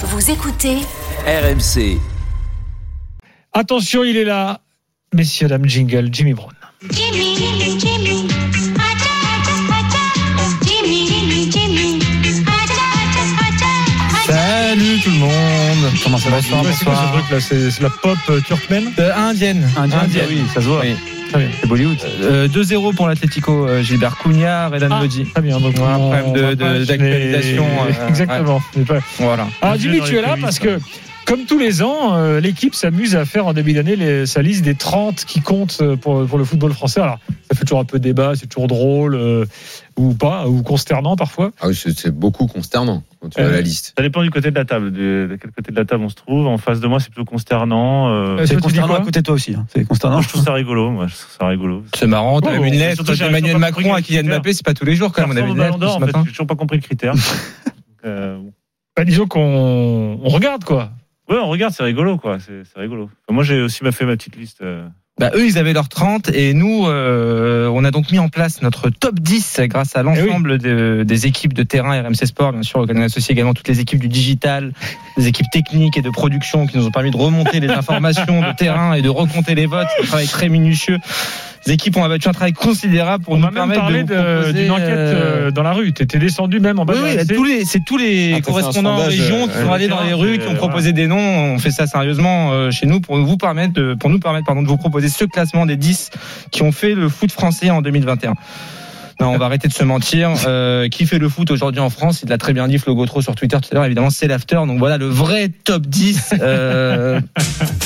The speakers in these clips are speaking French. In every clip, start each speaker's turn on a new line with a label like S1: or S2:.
S1: Vous écoutez
S2: RMC.
S3: Attention, il est là. Messieurs, dames, jingle, Jimmy Brown.
S4: Jimmy, Jimmy, acha acha acha. Jimmy, Jimmy, Jimmy, acha acha acha.
S5: Salut tout le monde Comment ça va
S3: C'est quoi ce truc là C'est c'est la pop euh, turkmène Ah,
S5: Euh, Indienne.
S3: Indienne,
S5: oui, ça se voit.
S3: Très bien.
S5: C'est Bollywood. Euh, 2-0 pour l'Atlético, euh, Gilbert Cunha, Redan
S3: Ah.
S5: Lodi.
S3: Très bien, donc
S5: Ouais,
S3: on-
S5: problème de-
S3: on va
S5: de-
S3: pas les-
S5: d'actualisation, euh,
S3: Exactement.
S5: Voilà.
S3: Alors Jimmy, tu es là parce que, comme tous les ans, euh, l'équipe s'amuse à faire en début d'année les- sa liste des 30 qui comptent euh, pour, pour le football français. Alors, ça fait toujours un peu débat, c'est toujours drôle euh, ou pas, ou consternant parfois.
S6: Ah oui, c'est c'est beaucoup consternant quand tu
S3: Euh,
S6: vois la liste.
S7: Ça dépend du côté de la table, de, de quel côté de la table on se trouve. En face de moi, c'est plutôt consternant. euh,
S3: Euh, toi,
S5: C'est
S3: tu dis
S5: consternant
S3: quoi
S5: à côté de toi aussi. hein. C'est consternant.
S7: moi, je trouve ça rigolo. Moi, je trouve ça rigolo.
S5: C'est marrant,
S3: t'as
S5: t'as
S3: Oh,
S5: mis
S3: une
S5: une
S3: bon,
S7: lettre
S5: lettre
S7: surtout, de j'ai- Emmanuel
S5: d'Emmanuel
S7: j'ai pas compris Macron
S5: Macron
S7: à
S5: à
S7: les Kylian
S5: Kylian
S7: critères. Mbappé,
S5: Mbappé, c'est pas tous les jours quand
S7: Ça
S5: même, on
S7: ressemble
S5: avait
S7: au
S5: une
S7: Ballon d'Or,
S5: lettre ce
S7: en fait.
S5: matin.
S7: J'ai toujours pas compris le critère. Euh,
S3: Bah, disons qu'on on regarde quoi.
S7: ouais, on regarde, c'est rigolo, quoi. C'est c'est rigolo. Enfin, moi, j'ai aussi ma- fait ma petite liste. euh.
S5: Bah, eux, ils avaient leurs 30 et nous, euh, on a donc mis en place notre top 10 grâce
S3: Eh
S5: à l'ensemble de- des équipes de terrain RMC Sport, bien sûr, auxquelles on associe également toutes les équipes du digital, les équipes techniques et de production qui nous ont permis de remonter les informations de terrain et de recompter les votes. Un travail très minutieux. Les équipes ont abattu un travail considérable pour
S3: On
S5: nous
S3: m'a même
S5: permettre
S3: parlé
S5: de vous
S3: de-
S5: proposer,
S3: d'une enquête
S5: euh,
S3: euh, dans la rue. T'étais descendu même en bas
S5: Oui,
S3: de
S5: oui,
S3: la
S5: tous les, c'est tous les
S6: Ah, t'as fait un
S5: correspondants en
S6: sondage,
S5: région qui
S6: euh,
S5: sont allés dans les rues, qui ont
S7: euh,
S5: proposé des noms. On fait ça sérieusement euh, chez nous pour vous permettre, de, pour nous permettre, pardon, de vous proposer ce classement des 10 qui ont fait le foot français en 2021. Non, on va arrêter de se mentir. Euh, qui fait le foot aujourd'hui en France Il l'a très bien dit Flo Gautreau sur Twitter tout à l'heure. Évidemment, c'est l'after. Donc voilà le vrai top 10 euh,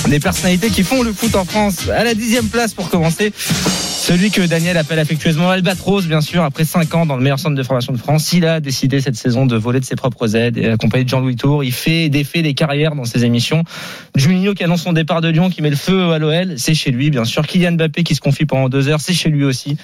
S5: des personnalités qui font le foot en France. À la dixième place pour commencer, celui que Daniel appelle affectueusement Albatros, bien sûr, après 5 ans dans le meilleur centre de formation de France, il a décidé cette saison de voler de ses propres aides. Et accompagné de Jean-Louis Tour, il fait et défait les carrières dans ses émissions. Juninho qui annonce son départ de Lyon, qui met le feu à l'OL, c'est chez lui, bien sûr. Kylian Mbappé qui se confie pendant deux heures, c'est chez lui aussi.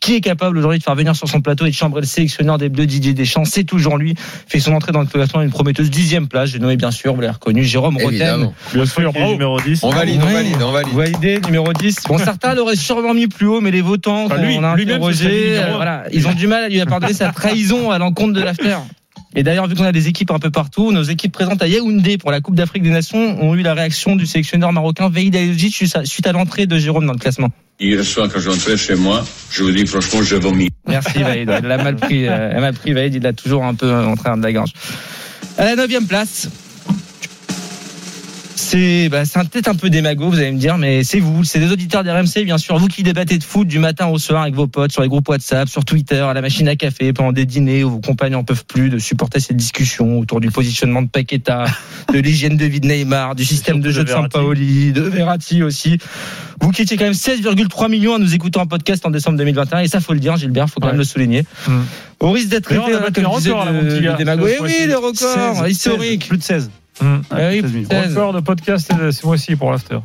S5: Qui est capable aujourd'hui de faire venir sur son plateau et de chambrer le sélectionneur des Bleus Didier Deschamps C'est toujours lui. Fait son entrée dans le classement à une prometteuse dixième place. J'ai nommé bien sûr, vous l'avez reconnu, Jérôme Roten.
S6: Évidemment.
S3: Bien
S7: Qui est
S3: sûr, bravo.
S7: numéro 10.
S5: Oh,
S6: On valide, on
S5: ouais.
S6: valide, on valide.
S5: Validé, numéro 10. Bon, certains l'auraient sûrement mis plus haut, mais les votants,
S3: Enfin,
S5: qu'on
S3: lui-
S5: a
S3: lui-même, ce serait
S5: interrogés,
S3: numéro
S5: euh,
S3: un.
S5: voilà, ils ont du mal à lui pardonner sa trahison à l'encontre de l'after. Et d'ailleurs, vu qu'on a des équipes un peu partout, nos équipes présentes à Yaoundé pour la Coupe d'Afrique des Nations ont eu la réaction du sélectionneur marocain Vehid Ayoudji suite à- suite à l'entrée de Jérôme dans le classement.
S8: Hier soir, quand j'entrais chez moi, je vous dis franchement, je vomis.
S5: Merci Vaïd. Elle l'a mal pris, euh, elle m'a pris Vaïd, il l'a toujours un peu euh, en train de la gorge. À la neuvième place. C'est bah, c'est un- peut-être un peu démago, vous allez me dire, mais c'est vous, c'est des auditeurs d'RMC, bien sûr, vous qui débattez de foot du matin au soir avec vos potes sur les groupes WhatsApp, sur Twitter, à la machine à café, pendant des dîners où vos compagnons n'en peuvent plus de supporter cette discussion autour du positionnement de Paqueta, de l'hygiène de vie de Neymar, du système
S7: surtout
S5: de jeu
S7: de
S5: de
S7: Verratti.
S5: Sampaoli, de Verratti aussi. Vous qui étiez quand même 16,3 millions à nous écouter en podcast en décembre 2021, et ça faut le dire, Gilbert, faut quand même
S3: Ouais.
S5: le souligner.
S3: Mm.
S5: Au risque d'être
S3: Mais on a
S5: traité, hein,
S3: battu
S5: comme
S3: un
S5: disait
S3: record, là,
S5: le-
S3: mon petit
S5: le
S3: gars.
S5: démagogue.
S3: Cette
S5: Eh oui,
S3: fois-ci.
S5: le record
S3: 16,
S5: historique.
S7: Plus de 16.
S3: Hum.
S5: Ah oui,
S7: 16 millions.
S5: putain.
S3: Record de podcast euh, ce mois-ci pour l'after.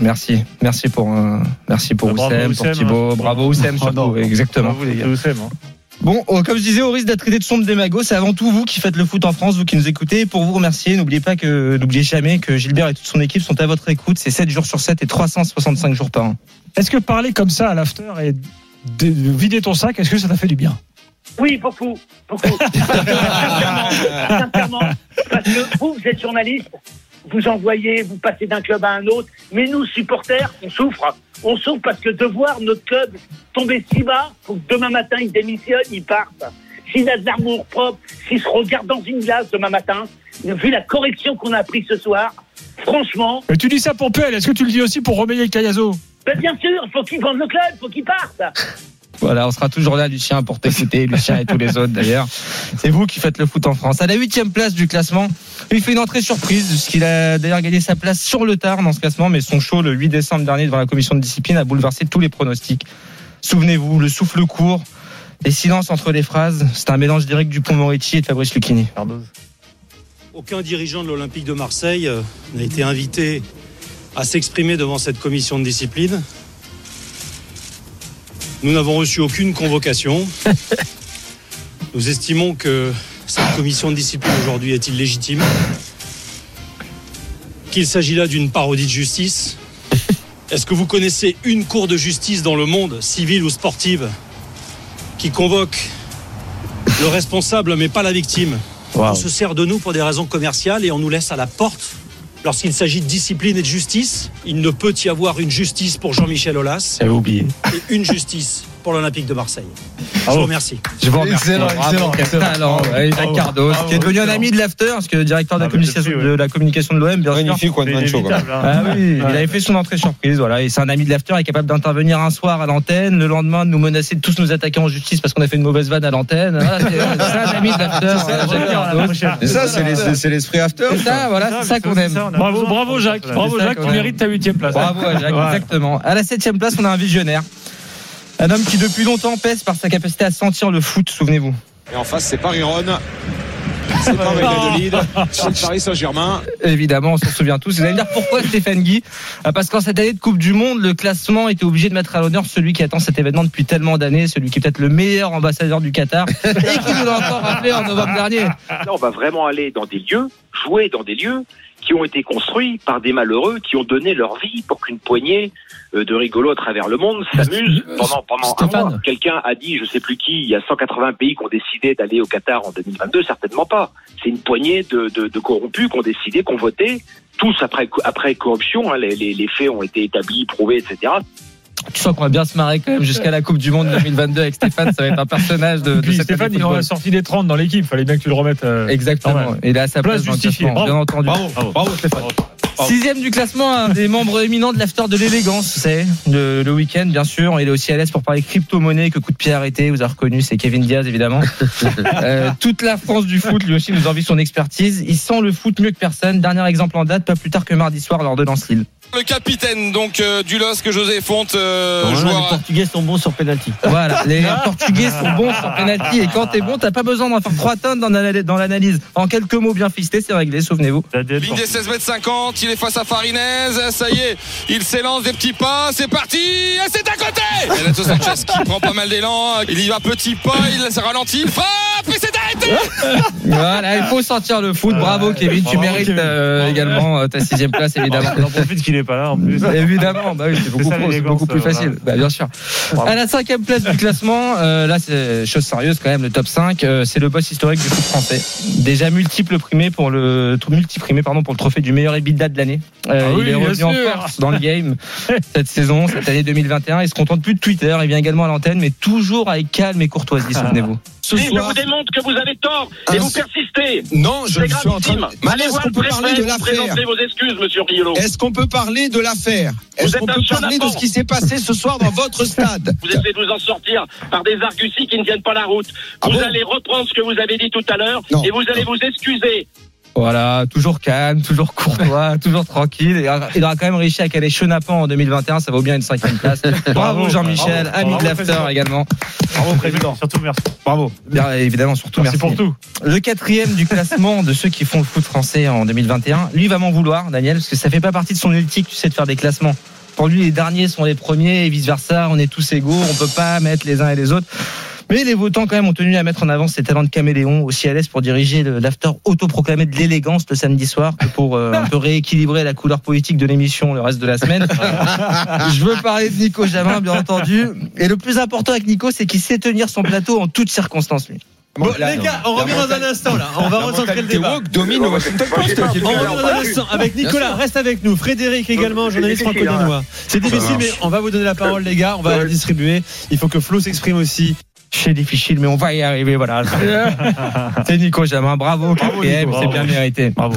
S5: Merci, merci pour euh, merci pour
S7: Ah,
S3: Bah,
S7: bravo,
S5: Oussem, pour
S7: Oussem,
S5: Thibaut,
S7: hein.
S5: bravo Oussem surtout,
S7: non.
S5: exactement.
S7: Bravo, les gars. Vous savez, hein.
S5: Bon, oh, comme je disais, au risque d'être traité de sombre démago, c'est avant tout vous qui faites le foot en France, vous qui nous écoutez. Pour vous remercier, n'oubliez pas que, n'oubliez jamais que Gilbert et toute son équipe sont à votre écoute. C'est 7 jours sur 7 et 365 jours par an.
S3: Est-ce que parler comme ça à l'after et de- de vider ton sac, est-ce que ça t'a fait du bien
S8: Oui, beaucoup, beaucoup. sincèrement, sincèrement, parce que vous, vous êtes journaliste, vous envoyez, vous passez d'un club à un autre, mais nous, supporters, on souffre. On souffre parce que de voir notre club tomber si bas, pour que demain matin, ils démissionnent, ils partent. Si Nazarmour propre, s'ils se regardent dans une glace demain matin, vu la correction qu'on a prise ce soir, franchement,
S3: Mais Euh, tu dis ça pour PL, est-ce que tu le dis aussi pour Romeyer Cayazo
S8: ben bien sûr, il faut qu'ils vendent le club, il faut qu'ils partent.
S5: Voilà, on sera toujours là, Lucien, pour t'écouter, Lucien et tous les autres d'ailleurs. C'est vous qui faites le foot en France. À la huitième place du classement, il fait une entrée surprise, puisqu'il a d'ailleurs gagné sa place sur le tard dans ce classement, mais son show le 8 décembre dernier devant la commission de discipline a bouleversé tous les pronostics. Souvenez-vous, le souffle court, les silences entre les phrases, c'est un mélange direct du Pont Moretti et de Fabrice Lucchini.
S7: Cardoz.
S9: Aucun dirigeant de l'Olympique de Marseille euh, n'a été invité à s'exprimer devant cette commission de discipline. Nous n'avons reçu aucune convocation. Nous estimons que cette commission de discipline aujourd'hui est illégitime, qu'il s'agit là d'une parodie de justice. Est-ce que vous connaissez une cour de justice dans le monde, civile ou sportive, qui convoque le responsable mais pas la victime on se sert de nous pour des raisons commerciales et on nous laisse à la porte. Lorsqu'il s'agit de discipline et de justice, il ne peut y avoir une justice pour Jean-Michel Aulas
S5: J'avais oublié.
S9: et une justice pour l'Olympique de Marseille. Je vous remercie.
S5: Je vous remercie.
S3: Excellent,
S5: Bravo,
S3: excellent,
S5: Captain
S3: excellent.
S5: Laurent, avec
S3: Bravo.
S5: Jacques Cardos,
S7: Bravo,
S5: qui est devenu un
S7: excellent.
S5: ami de l'after, parce que directeur de la
S7: Ah, bah,
S5: communication
S7: depuis,
S5: de
S7: ouais.
S5: la communication de l'OM, bien sûr.
S6: Magnifique
S7: C'est
S6: one-man show. quand même.
S7: inévitable, hein.
S5: Ah oui, il
S7: Ouais.
S5: avait fait son entrée surprise, voilà. Et c'est un ami de l'after, il est capable d'intervenir un soir à l'antenne, le lendemain de nous menacer de tous nous attaquer en justice parce qu'on a fait une mauvaise vanne à l'antenne. Voilà, c'est c'est un ami de l'after, voilà, Jacques Ah, Cardos.
S6: Mais ça, c'est les- c'est c'est l'esprit after.
S5: C'est ça, voilà, c'est ça qu'on aime.
S3: Bravo, bravo Jacques, bravo
S5: C'est ça
S3: Jacques,
S5: qu'on
S3: tu
S5: aime.
S3: mérites ta huitième place. hein.
S5: Bravo à Jacques,
S3: Ouais.
S5: exactement. À la septième place, on a un visionnaire. Un homme qui depuis longtemps pèse par sa capacité à sentir le foot, souvenez-vous.
S1: Et en face, c'est Paris Ron. C'est pas Valladolid. C'est le Paris Saint-Germain.
S5: Ah. Évidemment, on s'en souvient tous. Vous allez me dire pourquoi Stéphane Guy Ah, Parce qu'en cette année de Coupe du Monde, le classement était obligé de mettre à l'honneur celui qui attend cet événement depuis tellement d'années, celui qui est peut-être le meilleur ambassadeur du Qatar et qui nous l'a encore rappelé en novembre dernier.
S1: Là, on va vraiment aller dans des lieux, jouer dans des lieux qui ont été construits par des malheureux qui ont donné leur vie pour qu'une poignée euh, de rigolos à travers le monde s'amuse pendant, pendant un
S5: Stéphane.
S1: mois. Quelqu'un a dit, je sais plus qui, il y a 180 pays qui ont décidé d'aller au Qatar en 2022, certainement pas. C'est une poignée de, de- de corrompus qui ont décidé, qui ont voté, tous après, après corruption, hein, les, les- les faits ont été établis, prouvés, etc.
S5: Tu sens qu'on va bien se marrer quand même jusqu'à la Coupe du Monde 2022 avec Stéphane. Ça va être un personnage de, de
S3: Puis
S5: cette
S3: Stéphane,
S5: année
S3: il en
S5: football.
S3: a sorti des 30 dans l'équipe, fallait bien que tu le remettes. euh,
S5: Exactement.
S3: Normal.
S5: Il a sa place,
S3: Place
S5: dans le
S3: justifiée.
S5: classement,
S3: Bravo.
S5: bien entendu.
S7: Bravo,
S5: Stéphane.
S7: Bravo.
S5: Sixième du classement, un des membres éminents de l'after de l'élégance, c'est le, le week-end, bien sûr. Il est aussi à l'aise pour parler crypto-monnaie que coup de pied arrêté. Vous avez reconnu, c'est Kevin Diaz, évidemment. Euh, toute la France du foot, lui aussi, nous envie son expertise. Il sent le foot mieux que personne. Dernier exemple en date, pas plus tard que mardi soir lors de Lens-Lille.
S1: Le capitaine donc euh, du LOSC, José Fonte, euh,
S9: Portugais sont bons sur penalty.
S5: Voilà, les Portugais sont bons sur penalty. Et quand t'es bon, t'as pas besoin d'en faire trois tonnes dans la- dans l'analyse. En quelques mots bien fistés, c'est réglé, souvenez-vous.
S1: Ligne des 16 mètres 50, il est face à Farinez, ça y est, il s'élance des petits pas, c'est parti, et c'est à côté Et Renato Sanchez qui prend pas mal d'élan, il y va petit pas, il se ralentit, il frappe, et c'est arrêté
S5: Voilà, il faut sentir le foot. Bravo Kevin, tu
S7: Bravo,
S5: mérites
S7: Kevin.
S5: euh,
S7: Bravo.
S5: également euh, ta sixième place, évidemment.
S7: J'en profite qu'il est pas là en plus.
S5: Évidemment, bah oui, c'est beaucoup,
S7: ça,
S5: pro- c'est
S7: l'élégance,
S5: beaucoup plus
S7: euh,
S5: facile,
S7: voilà.
S5: Bah, bien sûr. À la cinquième place du classement, euh, là c'est chose sérieuse quand même, le top 5, euh, c'est le boss historique du foot français. Déjà multiple primé pour le multiprimé pardon pour le trophée du meilleur EBITDA de l'année. Euh,
S3: Ah oui,
S5: il est
S3: bien
S5: revenu en
S3: sûr.
S5: force dans le game cette saison, cette année 2021. Il se contente plus de Twitter, il vient également à l'antenne, mais toujours avec calme et courtoisie, souvenez-vous.
S1: Ah. Ce
S8: Et je vous démontre que vous avez tort et
S1: Un-
S8: vous persistez.
S1: non, je
S8: C'est gravissime. Allez voir le préfet, vous présentez vos excuses, monsieur Riolo.
S1: Est-ce qu'on peut parler de l'affaire
S8: Est-ce êtes qu'on un peut charlatan. parler de ce qui
S1: s'est passé ce soir dans votre stade
S8: Vous essayez de vous en sortir par des arguties qui ne tiennent pas la route.
S1: Ah
S8: vous
S1: bon
S8: allez reprendre ce que vous avez dit tout à l'heure
S1: Non.
S8: et vous allez vous excuser.
S5: Voilà, toujours calme, toujours courtois, toujours tranquille. Et il aura quand même réussi à caler Chenapan en 2021, ça vaut bien une cinquième place. Bravo
S7: Bravo,
S5: Jean-Michel,
S7: bravo,
S5: ami de
S7: bravo,
S5: l'after
S7: président.
S5: également.
S7: Bravo, président. Surtout, merci. Bravo.
S5: Bien évidemment, surtout
S3: Merci
S5: merci.
S3: pour tout.
S5: Le quatrième du classement de ceux qui font le foot français en 2021, lui va m'en vouloir, Daniel, parce que ça fait pas partie de son éthique, tu sais, de faire des classements. Pour lui, les derniers sont les premiers et vice versa. On est tous égaux, on peut pas mettre les uns et les autres. Mais les votants, quand même, ont tenu à mettre en avant ses talents de caméléon, aussi à l'aise pour diriger le- l'after autoproclamé de l'élégance le samedi soir que pour euh, un peu rééquilibrer la couleur politique de l'émission le reste de la semaine. Je veux parler de Nico Jamin, bien entendu. Et le plus important avec Nico, c'est qu'il sait tenir son plateau en toutes circonstances, lui.
S6: Bon, les
S9: gars, on revient dans un instant là. On va recentrer le débat.
S6: domine au Washington Post. qui est
S9: On
S6: bien.
S9: revient dans un instant avec Nicolas. Reste avec nous. Frédéric également, journaliste franco-danois. C'est difficile, mais on va vous donner la parole, les gars. On va la distribuer. Il faut que Flo s'exprime aussi.
S5: C'est difficile, mais on va y arriver, voilà. c'est Nico Jamin, bravo, quatrième,
S7: Nico,
S5: c'est
S7: bravo.
S5: bien mérité.
S7: Bravo.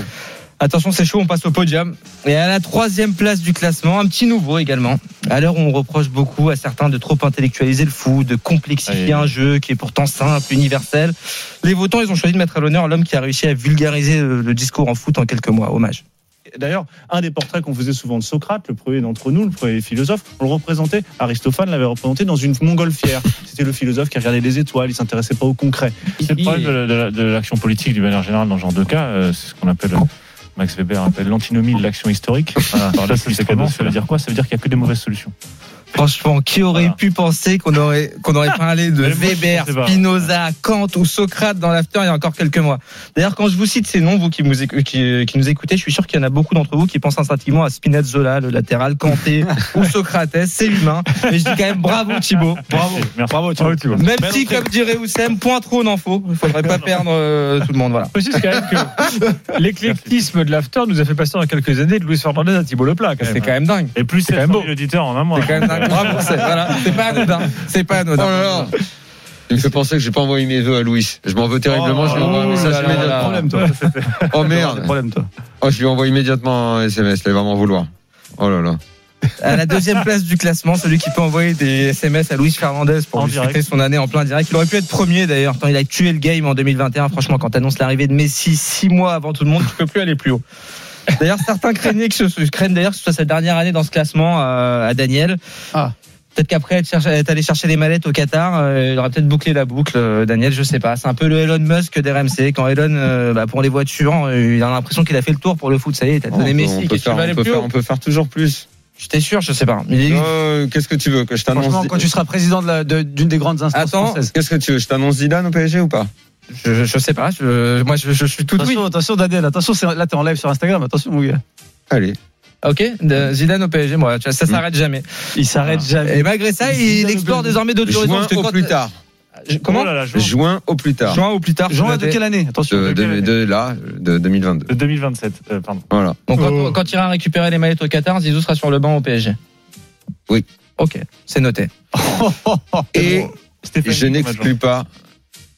S5: Attention, c'est chaud, on passe au podium. Et à la troisième place du classement, un petit nouveau également. À l'heure où on reproche beaucoup à certains de trop intellectualiser le foot, de complexifier
S7: Oui.
S5: un jeu qui est pourtant simple, universel, euh, les votants, ils ont choisi de mettre à l'honneur l'homme qui a réussi à vulgariser le le discours en foot en quelques mois. Hommage.
S3: l'époque. D'ailleurs, un des portraits qu'on faisait souvent de Socrate, le premier d'entre nous, le premier philosophe, on le représentait, Aristophane l'avait représenté dans une montgolfière. C'était le philosophe qui regardait les étoiles, il s'intéressait pas au concret.
S7: C'est le problème de, la- de la- de l'action politique d'une manière générale dans ce genre de cas. euh, c'est ce qu'on appelle, euh, Max Weber appelle l'antinomie de l'action historique.
S5: Voilà.
S7: Alors là, c'est
S5: Historiquement,
S7: ça veut dire quoi Ça veut dire qu'il n'y a que des mauvaises solutions.
S5: Franchement, qui aurait
S7: Voilà.
S5: pu penser qu'on aurait, qu'on aurait parlé de
S7: Mais moi, je
S5: Weber,
S7: pensais pas.
S5: Spinoza, Kant ou Socrate dans l'after il y a encore quelques mois D'ailleurs, quand je vous cite ces noms, vous qui, nous éc- qui, qui nous écoutez, je suis sûr qu'il y en a beaucoup d'entre vous qui pensent instinctivement à Spinazzola, le latéral, Kanté ou Socrates, c'est humain. Mais je dis quand même bravo Thibaut, bravo.
S7: Merci.
S5: Bravo, Thibaut.
S7: Thibaut.
S5: Même si, comme dirait Oussem, point trop d'infos, il faudrait pas perdre euh, tout le monde. Voilà.
S3: Précise quand même que l'éclectisme de l'after nous a fait passer en quelques années de Luis Fernandez à Thibault Leplat.
S7: Eh
S3: quand
S7: ben.
S5: C'est
S3: même.
S5: quand même dingue.
S7: Et plus
S3: C'est
S7: c'est
S3: quand même beau.
S7: l'auditeur en un mois.
S5: C'est quand même dingue. Bravo, c'est voilà. C'est pas anodin. C'est pas
S6: Oh
S5: anodin.
S6: là là Il me fait penser que j'ai pas envoyé mes vœux à Louis. Je m'en veux terriblement, je lui envoie un
S5: oh
S6: message
S5: là là là là.
S6: immédiatement.
S5: problème,
S7: toi.
S6: Oh merde
S7: problème, toi.
S6: Oh, je lui envoie immédiatement un SMS, là, il va m'en vouloir. Oh là là.
S5: à la deuxième place du classement, celui qui peut envoyer des SMS à Luis Fernandez pour
S7: En
S5: lui souhaiter
S7: direct.
S5: son année en plein direct. Il aurait pu être premier d'ailleurs, tant il a tué le game en 2021. Franchement, quand t'annonces l'arrivée de Messi six mois avant tout le monde, tu peux plus aller plus haut. D'ailleurs, certains craignaient que ce, craignent d'ailleurs que ce soit sa dernière année dans ce classement euh, à Daniel.
S2: Ah.
S5: Peut-être qu'après être, cherché- être allé chercher les mallettes au Qatar, euh, il aurait peut-être bouclé la boucle, euh, Daniel, je sais pas. C'est un peu le Elon Musk d'RMC. Quand Elon, euh, bah, pour les voitures, euh, il a l'impression qu'il a fait le tour pour le foot. Ça y est, t'as
S6: On
S5: donné
S6: peut,
S5: Messi,
S6: on peut
S5: qu'est-ce que tu
S6: faire,
S5: vas
S6: on
S5: aller
S6: peut
S5: plus
S6: faire-
S5: haut
S6: on peut faire toujours plus.
S5: J'étais sûr, je sais pas. Mais il-
S6: Euh, Qu'est-ce que tu veux que je
S2: Franchement,
S6: t'annonce
S2: quand tu seras président de la- de- d'une des grandes instances
S5: Attends.
S2: françaises.
S6: Qu'est-ce que tu veux Je t'annonce Zidane au PSG ou pas
S5: Je, je- je sais pas. je- moi, je, je suis tout oui.
S2: Attention, attention Daniel, attention, c'est- là t'es en live sur Instagram, attention mon gars.
S6: Allez. Mm.
S5: Ok. de- Zidane au PSG, moi, tu vois, ça s'arrête jamais.
S2: Il s'arrête jamais.
S5: Et malgré ça,
S2: Zidane
S5: il
S2: au
S5: explore
S2: PSG.
S5: désormais d'autres horizons.
S6: Juin
S5: parce que
S6: au
S5: quand-
S6: plus tard.
S5: Je- Comment
S7: Oh là là, juin
S6: Juin au plus tard.
S5: Juin au plus tard.
S2: Jean,
S5: tout à
S2: de
S5: fait.
S2: quelle année Attention.
S6: euh, De,
S7: quelle
S6: de- de
S7: année
S6: là, de 2022.
S7: De 2027, euh, pardon.
S6: Voilà.
S5: Donc quand,
S3: Oh.
S5: quand il ira récupérer les maillettes au Qatar, Zizou sera sur le banc au PSG.
S6: Oui.
S5: Ok, c'est noté.
S6: Et
S7: Stéphane,
S6: je
S7: ton adjoint.
S6: n'exclus pas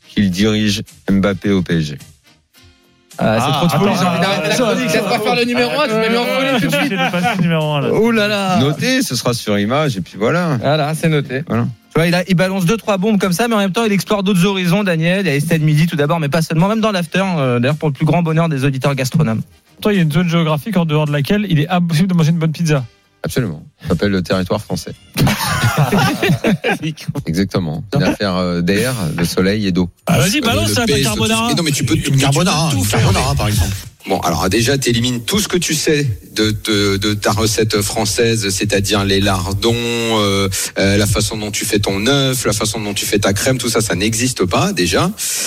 S6: qu'il dirige Mbappé au PSG.
S5: Ah, c'est
S2: Ah,
S5: trop de folie,
S7: attends,
S5: j'ai envie d'arrêter la
S2: attends,
S5: chronique.
S2: attends,
S5: Laisse-moi faire le numéro 1, je me mets en folie tout de
S7: J'ai
S5: suite.
S7: dépassé le numéro 1 là.
S5: Oh là là.
S6: Notez, ce sera sur image, et puis voilà.
S5: Voilà, c'est noté.
S6: Voilà.
S5: Tu vois, il, a- il balance deux trois bombes comme ça, mais en même temps, il explore d'autres horizons. Daniel, il y a Estelle Midi tout d'abord, mais pas seulement, même dans l'after. euh, D'ailleurs, pour le plus grand bonheur des auditeurs gastronomes.
S3: Toi, il y a une zone géographique en dehors de laquelle il est impossible de manger une bonne pizza.
S6: Absolument. Ça s'appelle le territoire français. Exactement. Une affaire euh, d'air, de soleil et d'eau.
S5: Ah,
S10: Ah,
S9: Vas-y, balance la ta carbonara.
S10: non, mais tu peux, tu peux tout faire. par exemple. Bon, alors déjà, tu élimines tout ce que tu sais de, de, de ta recette française, c'est-à-dire les lardons, euh, euh, la façon dont tu fais ton œuf, la façon dont tu fais ta crème, tout ça, ça n'existe pas déjà.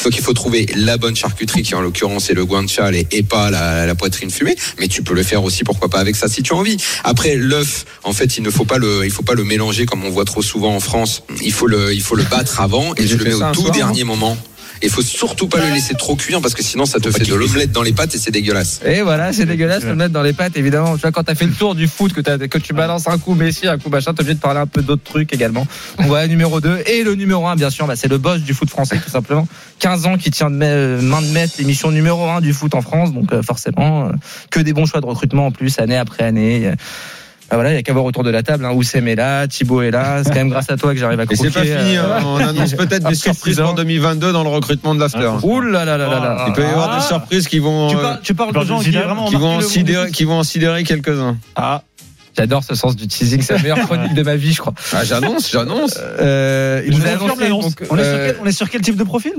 S10: Donc il faut trouver la bonne charcuterie, qui en l'occurrence est le guanciale et, et pas la, la poitrine fumée. Mais tu peux le faire aussi, pourquoi pas avec ça, si tu as envie. Après, l'œuf, en fait, il ne faut pas le, il faut pas le mélanger comme on voit trop souvent en France. Il faut le, il faut le battre avant et
S6: J'ai
S10: tu le
S6: fait
S10: mets
S6: ça
S10: au
S6: un
S10: tout
S6: soir,
S10: dernier
S5: hein.
S10: moment. Et faut surtout pas le laisser trop cuire parce que sinon ça te fait de l'omelette dans les pâtes et c'est dégueulasse.
S5: Et voilà, c'est dégueulasse de
S7: Ouais.
S5: le mettre dans les pattes, évidemment. Tu vois, quand t'as fait le tour du foot, que, t'as- que tu balances un coup Messi, un coup machin, t'es obligé de parler un peu d'autres trucs également. On voit le numéro 2 et le numéro 1, bien sûr, bah, c'est le boss du foot français, tout simplement. 15 ans qui tient de ma- euh, main de maître l'émission numéro 1 du foot en France, donc euh, forcément, euh, que des bons choix de recrutement en plus, année après année. Bah voilà, il y a qu'à voir autour de la table. Hein. Oussem est là, Thibaut est là. C'est quand même grâce à toi que j'arrive à
S6: Et
S5: croquer.
S6: c'est pas fini,
S5: euh,
S6: hein. on annonce peut-être
S5: Après
S6: des surprises
S5: six ans.
S6: en 2022 dans le recrutement de l'after.
S3: Ah.
S5: Ouh là là là là là. Ah.
S6: Il peut y avoir des surprises qui vont,
S5: Tu
S6: euh,
S5: parles, tu parles de
S7: Pardon,
S5: gens qui
S7: Zidane.
S5: vraiment
S6: qui, vont en
S5: marqué le monde du
S6: sidérer, qui vont en sidérer quelques-uns.
S5: Ah. J'adore ce sens du teasing, c'est la meilleure chronique de ma vie, je crois.
S6: Ah, j'annonce, j'annonce.
S5: Euh, il
S3: Je
S5: nous a
S3: confirme
S5: annoncé.
S3: l'annonce.
S5: donc,
S2: On, est sur
S5: euh,
S2: quel, on est sur quel type de profil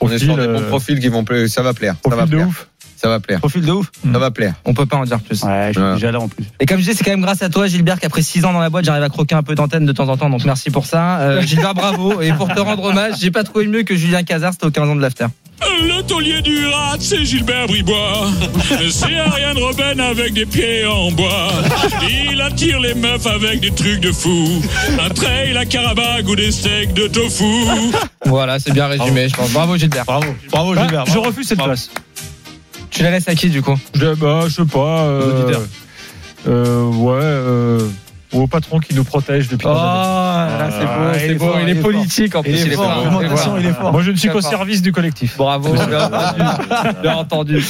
S6: On est sur des
S3: Profil,
S6: bons
S3: euh,
S6: profils qui vont plaire. Ça va plaire. Ça va
S3: Profil de
S6: plaire.
S3: ouf.
S6: Ça va plaire.
S2: Profil de ouf
S6: Ça va plaire.
S5: on peut pas en dire plus.
S2: Ouais, je
S6: Ouais.
S2: suis déjà là en plus.
S5: Et comme je disais, c'est quand même grâce à toi, Gilbert, qu'après 6 ans dans la boîte, j'arrive à croquer un peu d'antenne de temps en temps. Donc merci pour ça. Euh, Gilbert, bravo. Et pour te rendre hommage, j'ai pas trouvé mieux que Julien Cazard, c'était aux 15 ans de l'after.
S9: Le taulier du rat, c'est Gilbert Bribois. C'est Ariane Robin avec des pieds en bois.
S5: Ah,
S9: Il attire les meufs avec des trucs de fou. Un trail, la carabag ou des steaks de tofu.
S5: Voilà, c'est bien résumé, je pense. Bravo, Gilbert. Bah,
S7: Bravo.
S3: Bravo,
S7: Gilbert,
S3: Je
S7: bravo.
S3: refuse cette
S7: Bravo.
S3: place.
S5: Tu la laisses à qui, du coup
S3: Je, bah, je sais pas.
S7: Aux
S3: Euh,
S7: auditeurs.
S3: euh, ouais. euh, ou au patron qui nous protège depuis.
S5: Oh,
S3: tant d'années.
S5: là, c'est
S7: Ah,
S5: beau,
S3: il
S5: c'est
S3: est
S5: beau.
S3: fort,
S5: il
S3: il
S5: est
S3: est
S5: politique en plus.
S6: est
S5: il est
S6: fort,
S5: fort.
S6: vraiment,
S5: Et
S6: de toute
S5: voilà.
S6: façon, il est fort.
S3: Moi, je ne suis qu'au
S5: D'accord.
S3: service du collectif.
S5: Bravo, bien entendu. Bien entendu.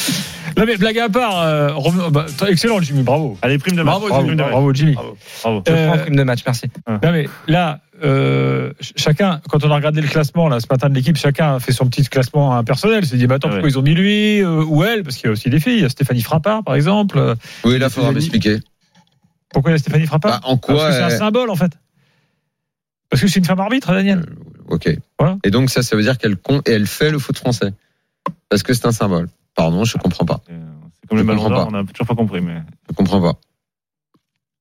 S3: Non, mais blague à part. euh, revenons- bah, toi, excellent, Jimmy. Bravo.
S7: Allez, prime de match.
S3: bravo,
S7: Prime de match.
S3: bravo, Jimmy.
S7: Bravo.
S5: Je
S3: Euh,
S5: prends prime de match, merci.
S3: Non mais là, euh, ch- chacun, quand on a regardé le classement là, ce matin de l'équipe, chacun a fait son petit classement hein, personnel. Il s'est dit, bah, attends,
S5: Ah ouais.
S3: pourquoi ils ont mis lui euh, ou elle Parce qu'il y a aussi des filles. Il y a Stéphanie Frappard, par exemple. euh,
S5: Oui, là, faudra m'expliquer. Bah,
S3: Pourquoi il y a Stéphanie Frappard
S5: en quoi
S3: Parce que c'est un
S5: elle-
S3: symbole, en fait. Parce que c'est une femme arbitre, Daniel.
S5: Euh. Ok. Et donc, ça, ça veut dire qu'elle compte et elle fait le foot français. Parce que c'est un symbole. Pardon, je comprends pas.
S7: C'est comme le
S5: je
S7: ballon
S5: comprends
S7: d'or,
S5: pas.
S7: on n'a toujours pas compris. Mais...
S5: Je comprends pas.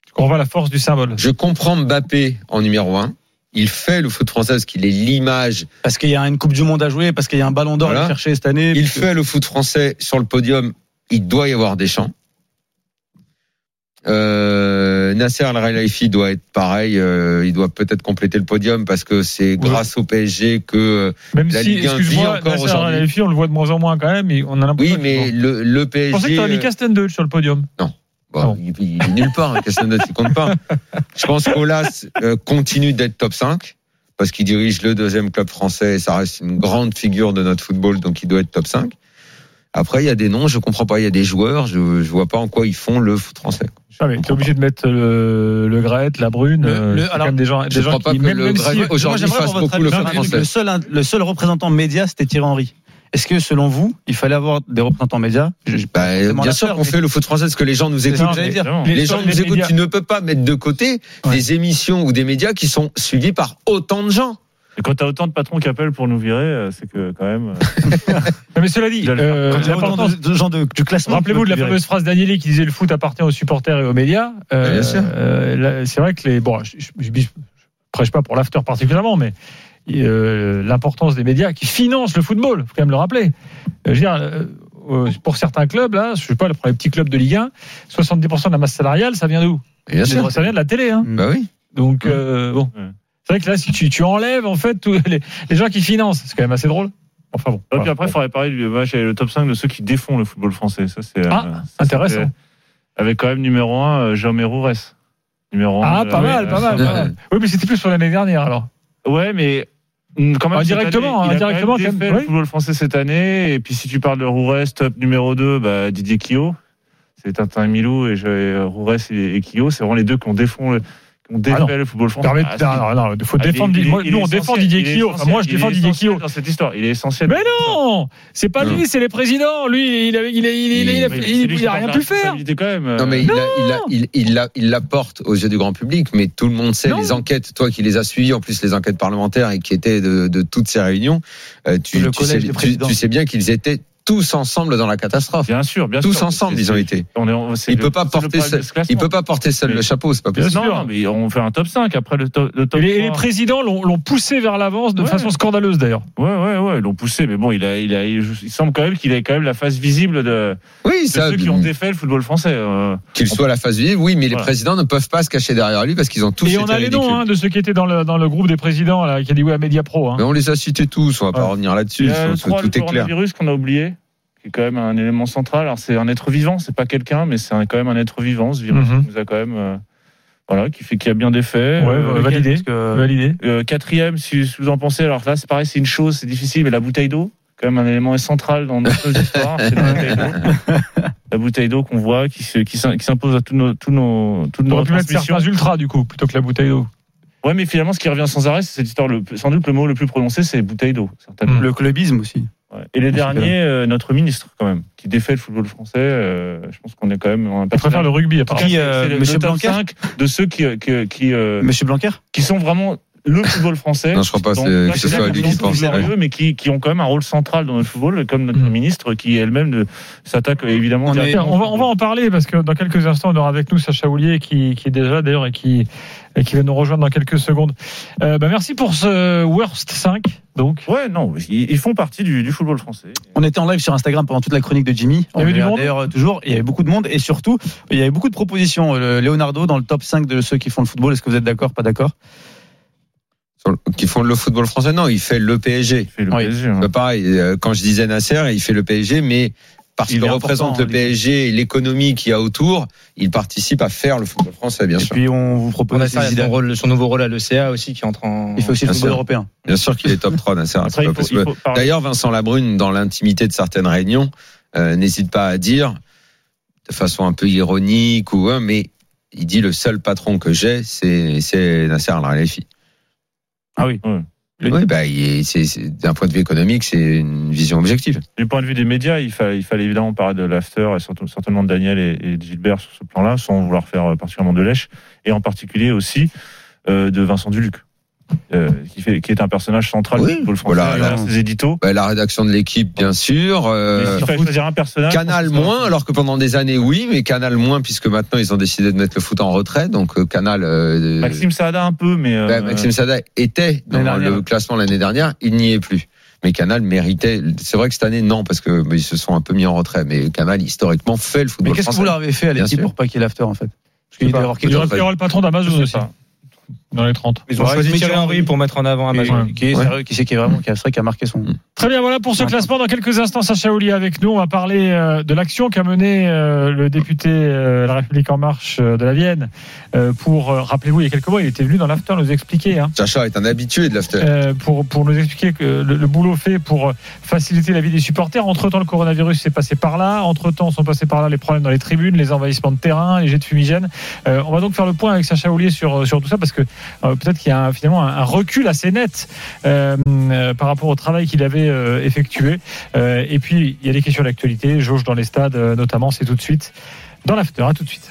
S3: Tu comprends la force du symbole.
S5: Je comprends Mbappé en numéro 1. Il fait le foot français parce qu'il est l'image.
S8: Parce qu'il y a une Coupe du Monde à jouer, parce qu'il y a un ballon d'or à
S5: Voilà.
S8: aller chercher cette année.
S5: Il
S8: parce que-
S5: fait le foot français sur le podium. Il doit y avoir des champs. Euh, Nasser Al Khelaifi doit être pareil. euh, il doit peut-être compléter le podium parce que c'est grâce au PSG que euh,
S3: Même
S5: la
S3: si,
S5: Ligue 1 vit
S3: excuse-moi,
S5: encore
S3: Nasser
S5: aujourd'hui.
S3: Al-Khelaifi, on le voit de moins en moins quand même. et On a l'impression.
S5: Oui, mais le, le
S3: Je
S5: PSG.
S3: pensais que tu mis
S5: euh,
S3: Castendeuch sur le podium.
S5: Bon, il, il est nulle part, hein, Castagnette, il compte pas. Je pense qu'Olas euh, continue d'être top 5 parce qu'il dirige le deuxième club français et ça reste une grande figure de notre football, donc il doit être top 5. Après, il y a des noms, je comprends pas. Il y a des joueurs, je, je vois pas en quoi ils font le foot français.
S3: Ah, mais t'es obligé de mettre
S8: euh,
S3: le, le Graët, la Brune.
S8: Le-
S3: euh,
S8: le-
S3: c'est quand
S8: alors,
S3: même des gens,
S8: je
S3: des gens
S8: crois pas
S3: qui,
S8: que
S3: même,
S8: le
S3: même
S8: Graët
S3: si-
S8: aujourd'hui Moi, j'aimerais fasse avoir votre beaucoup le avis. foot français. Le seul- le seul représentant média, c'était Thierry Henry. Est-ce que selon vous, il fallait avoir des représentants médias Je- je-
S5: Bah,
S8: je demande
S5: bien
S8: à
S5: sûr
S8: faire,
S5: qu'on
S8: mais-
S5: fait le foot français parce que les gens nous
S8: C'est
S5: écoutent.
S8: ça, j'allais dire.
S5: Les,
S8: Les-
S5: gens
S8: les
S5: nous écoutent.
S8: médias.
S5: Tu ne peux pas mettre de côté des émissions ou des médias qui sont suivis par autant de gens.
S7: Et quand t'as autant de patrons qui appellent pour nous virer, euh, c'est que quand même.
S3: Non, mais cela dit, euh,
S7: Quand il y a autant
S3: l'importance-
S8: de gens de- du classement.
S3: Rappelez-vous de la
S8: tu peux
S3: fameuse phrase d'Agnelli qui disait le foot appartient aux supporters et aux médias. Euh,
S8: bien sûr.
S3: euh, là, c'est vrai que les. Bon, je, je- je- je prêche pas pour l'after particulièrement, mais euh, l'importance des médias qui financent le football, faut quand même le rappeler. Euh, je veux dire, euh, euh, pour certains clubs, là, je sais pas, pour les petits clubs de Ligue 1, 70% de la masse salariale, ça vient d'où
S5: Bien sûr.
S3: Ça vient de la télé. Hein.
S5: Bah oui.
S3: Donc, euh, bon. C'est vrai que là, si tu, tu enlèves, en fait, tous les, les gens qui financent, c'est quand même assez drôle. Enfin bon.
S7: Et puis après, il faudrait parler du match, le top 5 de ceux qui défont le football français. Ça, c'est.
S3: Ah,
S7: ça,
S3: intéressant.
S7: c'était- Avec quand même numéro 1, Jaume Roures. Numéro
S3: Ah,
S7: un euh, de la-
S3: pas mal, pas mal, pas mal. Oui, mais c'était plus sur l'année dernière, alors.
S7: Ouais, mais mm, quand même.
S3: Ah, directement,
S7: cette année, il a
S3: indirectement,
S7: quand
S3: quand
S7: même
S3: même,
S7: défait
S3: oui.
S7: le football français cette année. Et puis, si tu parles de Roures, top numéro 2, bah, Didier Quillot. C'est Tintin et Milou et je- et Roures et, et Quillot. C'est vraiment les deux qui ont défont le, qui ont défait
S3: Ah non.
S7: le football français.
S3: Permet-
S7: Ah, c'est-
S3: non, non, non, il faut
S7: Ah, mais
S3: défendre
S7: il
S3: Didier-
S7: est-
S3: moi,
S7: il
S3: nous,
S7: est
S3: on défend
S7: essentiel,
S3: Didier
S7: il est
S3: Quillot. Enfin,
S7: essentiel,
S3: moi, je
S7: il est
S3: défends Didier
S7: essentiel
S3: Quillot.
S7: Dans cette histoire, il est essentiel.
S3: Mais non C'est pas
S7: Non.
S3: lui, c'est les présidents. Lui, il a, il a, il a- il a- il a-
S7: Mais c'est
S3: il a-
S7: lui
S3: il
S7: qui
S3: a
S7: porte
S3: rien
S7: la
S3: pu faire.
S7: responsabilité quand même. euh,
S5: Non, mais il, a- il, a- il, il, la- il la porte aux yeux du grand public, mais tout le monde sait, les enquêtes, toi qui les as suivies, en plus les enquêtes parlementaires et qui étaient de, de toutes ces réunions, euh, tu,
S8: Le
S5: tu
S8: collège
S5: sais,
S8: des
S5: tu-
S8: présidents.
S5: tu sais bien qu'ils étaient tous ensemble dans la catastrophe.
S7: Bien sûr, bien
S5: tous
S7: sûr.
S5: ensemble,
S7: C'est-
S5: ils ont
S7: c'est-
S5: été.
S7: On est- on- c'est
S5: Il
S7: le-
S5: peut pas
S7: c'est le
S5: porter,
S7: problème de
S5: seul,
S7: ce classement.
S5: il peut pas porter seul le chapeau, c'est pas
S7: Bien
S5: possible.
S7: sûr. Non, mais on fait un top 5 après le, top- le
S3: Et
S7: top
S3: les, et les
S7: 3.
S3: présidents l'ont l'ont poussé vers l'avance de
S7: Ouais.
S3: façon scandaleuse, d'ailleurs.
S7: Ouais, ouais, ouais, ils l'ont poussé, mais bon, il a, il a, il, il semble quand même qu'il ait quand même la face visible de,
S5: Oui,
S7: de
S5: ça,
S7: ceux qui ont défait le football français. euh.
S5: Qu'il soit à la face vive, oui, mais les
S7: Voilà.
S5: présidents ne peuvent pas se cacher derrière lui parce qu'ils ont tous
S3: Et
S5: été
S3: on a les
S5: ridicules.
S3: noms hein, de ceux qui étaient dans le, dans le groupe des présidents, là, qui a dit oui à Media Pro. hein.
S5: Mais on les a cités tous, on va pas
S3: Ouais.
S5: revenir
S7: Il
S5: là-dessus,
S7: y a le
S5: parce que
S7: 3, le
S5: tout est clair.
S7: coronavirus qu'on a oublié, qui est quand même un élément central. Alors, c'est un être vivant, c'est pas quelqu'un, mais c'est un- quand même un être vivant, ce virus
S3: Mhm.
S7: qui nous a quand même, euh, voilà, qui fait, qui a bien des faits.
S3: Ouais,
S7: Euh,
S3: validé.
S8: parce que-
S3: validé.
S7: Euh, quatrième, si si vous en pensez, alors là, c'est pareil, c'est une chose, c'est difficile, mais la bouteille d'eau, quand même un élément central dans notre histoire, c'est la bouteille d'eau. La bouteille d'eau qu'on voit, qui, se- qui s'im- qui s'impose à tous nos, tous nos, toutes
S3: On
S7: nos
S3: aurait pu mettre
S7: transmissions.
S3: certains ultras, du coup, plutôt que la bouteille d'eau.
S7: Ouais, mais finalement, ce qui revient sans arrêt, c'est cette histoire, le, sans doute le mot le plus prononcé, c'est bouteille d'eau, certainement.
S8: Le clubisme aussi.
S3: Mm.
S7: Ouais. Et
S3: Ah,
S7: les derniers, euh, notre ministre, quand même, qui défait le football français, euh, je pense qu'on est quand même. On
S3: Je préfère le rugby, apparemment.
S8: Qui, euh,
S7: c'est le, le
S8: Monsieur
S7: top
S8: Blanquer
S7: 5 de ceux qui, qui, qui, euh,
S8: Monsieur Blanquer
S7: qui sont vraiment le football français.
S5: Non, je crois pas,
S7: Dans-
S5: c'est- que ce
S7: c'est
S5: soit
S7: là
S5: lui
S7: qu'on
S5: qui
S7: est
S5: pense, Mm.
S7: glorieux, mais qui, qui ont quand même un rôle central dans notre football, comme notre ministre qui elle-même ne- s'attaque euh, évidemment.
S8: On est-
S7: directement
S3: Tiens,
S7: au
S3: on, va, on
S7: football.
S3: va en parler parce que dans quelques instants, on aura avec nous Sacha Oulier qui, qui est déjà d'ailleurs et qui, et qui va nous rejoindre dans quelques secondes. Euh, bah, merci pour ce Worst 5. Donc,
S7: Ouais, non, ils, ils font partie du, du football français.
S8: On était en live sur Instagram pendant toute la chronique de Jimmy.
S3: Il y avait
S8: On
S3: du
S8: est
S3: monde
S8: D'ailleurs, euh, toujours, il y avait beaucoup de monde et surtout, il y avait beaucoup de propositions. Euh, Leonardo dans le top 5 de ceux qui font le football. Est-ce que vous êtes d'accord, pas d'accord
S5: Sur le- Qui font le football français, non, il fait le PSG.
S7: Il fait le
S8: Oui.
S7: PSG, hein.
S5: Bah, pareil, euh, quand je disais Nasser, il fait le PSG, mais parce
S8: Il
S5: qu'il
S8: est
S5: représente
S8: important, hein,
S5: le
S8: lui.
S5: PSG et l'économie qu'il y a autour, il participe à faire le football français, bien
S8: Et
S5: sûr.
S8: puis on vous propose
S11: Nasser, il y a son,
S8: Zidane.
S11: rôle- son nouveau rôle à l'ECA aussi qui entre en.
S8: Il fait aussi le
S5: Bien
S8: football
S5: sûr.
S8: européen.
S5: Bien sûr qu'il est top 3, Nasser. hein, c'est pas
S7: Après, il faut-
S5: possible.
S7: il faut parler-
S5: D'ailleurs, Vincent Labrune, dans l'intimité de certaines réunions, euh, n'hésite pas à dire, de façon un peu ironique ou hein, mais il dit le seul patron que j'ai, c'est c'est Nasser Al Khelaifi.
S7: Ah oui. Le-
S5: Oui, bah, il est- c'est- c'est- d'un point de vue économique, c'est une vision objective.
S7: Du point de vue des médias, il fallait, il fallait évidemment parler de l'after et surtout- certainement de Daniel et, et de Gilbert sur ce plan-là, sans vouloir faire euh, particulièrement de lèche, et en particulier aussi euh, de Vincent Duluc, euh, qui, fait, qui est un personnage central
S5: Oui,
S7: du football français.
S5: voilà,
S7: derrière
S5: là.
S7: ses éditos.
S5: Bah, la rédaction de l'équipe, bien sûr. euh,
S7: Mais s'il fallait choisir un personnage,
S5: Canal
S7: je pense que-
S5: moins, alors que pendant des années, oui, mais Canal moins, puisque maintenant, ils ont décidé de mettre le foot en retrait. Donc, euh, Canal. euh,
S7: Maxime Saada un peu, mais euh,
S5: bah, Maxime Sada était dans
S7: L'année dernière.
S5: le classement l'année dernière, il n'y est plus. Mais Canal méritait. C'est vrai que cette année, non, parce que bah, ils se sont un peu mis en retrait. Mais Canal, historiquement, fait le
S8: Mais
S5: football
S8: qu'est-ce que
S5: français.
S8: vous leur avez fait à
S5: Bien
S8: l'équipe
S5: sûr.
S8: pour pas qu'il y ait l'after en fait Parce qu'il doit y avoir
S3: Il
S8: quelque
S3: y aurait
S8: chose.
S3: il y aura le patron d'Amazon
S7: je
S3: aussi,
S7: sais pas.
S3: dans les 30.
S12: Ils ont choisi Thierry Henry pour mettre en avant
S8: Qui
S12: Amazon.
S8: est- qui est
S5: Ouais.
S8: sérieux, qui c'est qui est vraiment qui a, c'est vrai, qui a marqué son.
S3: Très bien, voilà pour ce classement. Dans quelques instants, Sacha Oulier avec nous. On va parler euh, de l'action qu'a menée euh, le député euh, La République En Marche euh, de la Vienne euh, pour, euh, rappelez-vous, il y a quelques mois, il était venu dans l'after nous expliquer, hein,
S5: Chacha est un habitué de l'after.
S3: euh, pour, pour nous expliquer que le, le boulot fait pour faciliter la vie des supporters. Entre-temps, le coronavirus s'est passé par là. Entre-temps, sont passés par là les problèmes dans les tribunes, les envahissements de terrain, les jets de fumigène. Euh, on va donc faire le point avec Sacha Oulier sur, sur tout ça parce que euh, peut-être qu'il y a un- finalement un, un recul assez net euh, euh, par rapport au travail qu'il avait euh, effectué. Euh, et puis, il y a des questions d'actualité, jauge dans les stades euh, notamment, c'est tout de suite dans l'after. À tout de suite.